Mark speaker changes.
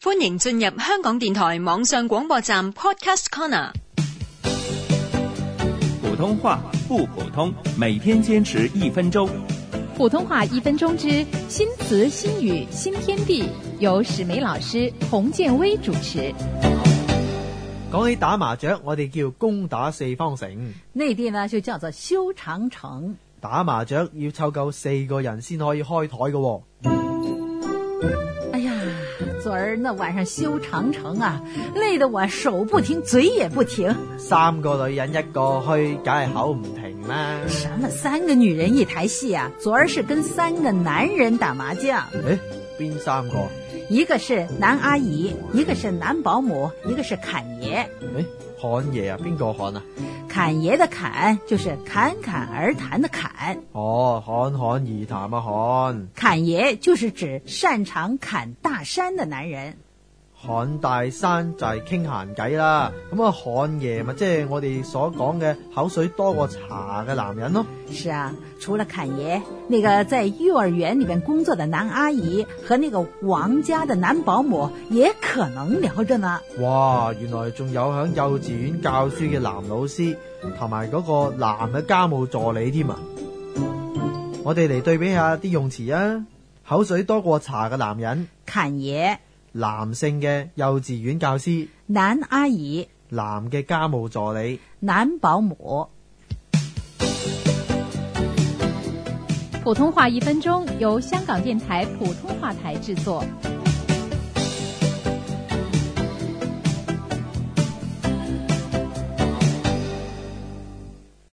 Speaker 1: 歡迎進入香港電台網上廣播站 Podcast Corner。
Speaker 2: 普通话不普通，每天坚持一分钟。
Speaker 3: 普通话一分钟之新词新语新天地，由史梅老师、洪建威主持。
Speaker 4: 講起打麻雀，我哋叫攻打四方城。
Speaker 5: 内地呢就叫做修长城。
Speaker 4: 打麻雀要湊夠四個人先可以開台嘅、喎。
Speaker 5: 哎呀，昨儿那晚上修长城啊，累得我手不停，嘴也不停。
Speaker 4: 三個女人一個虛，梗係口唔停啦。
Speaker 5: 什么三个女人一台戏啊？昨儿是跟三个男人打麻将，
Speaker 4: 誒，邊三個？
Speaker 5: 一个是男阿姨，一个是男保姆，一个是侃爷。
Speaker 4: 誒，侃爺啊，邊個侃啊？
Speaker 5: 侃爷的侃就是侃侃而谈的侃，
Speaker 4: 哦，侃侃而談啊，侃
Speaker 5: 侃爷就是指擅长侃大山的男人。
Speaker 4: 侃大山就係傾閒偈啦。咁啊，侃爺咪即係我哋所講嘅口水多過茶嘅男人咯。
Speaker 5: 是啊，除了侃爷，那个在幼儿园里面工作的男阿姨和那个王家的男保姆也可能聊着呢。
Speaker 4: 哇！原來仲有響幼稚園教書嘅男老師，同埋嗰個男嘅家務助理添啊！我哋嚟對比下啲用詞啊，口水多過茶嘅男人，
Speaker 5: 侃爷、
Speaker 4: 男性嘅幼稚園教師，
Speaker 5: 男阿姨、
Speaker 4: 男嘅家務助理。
Speaker 5: 男保姆。
Speaker 3: 普通话一分钟由香港电台普通话台制作。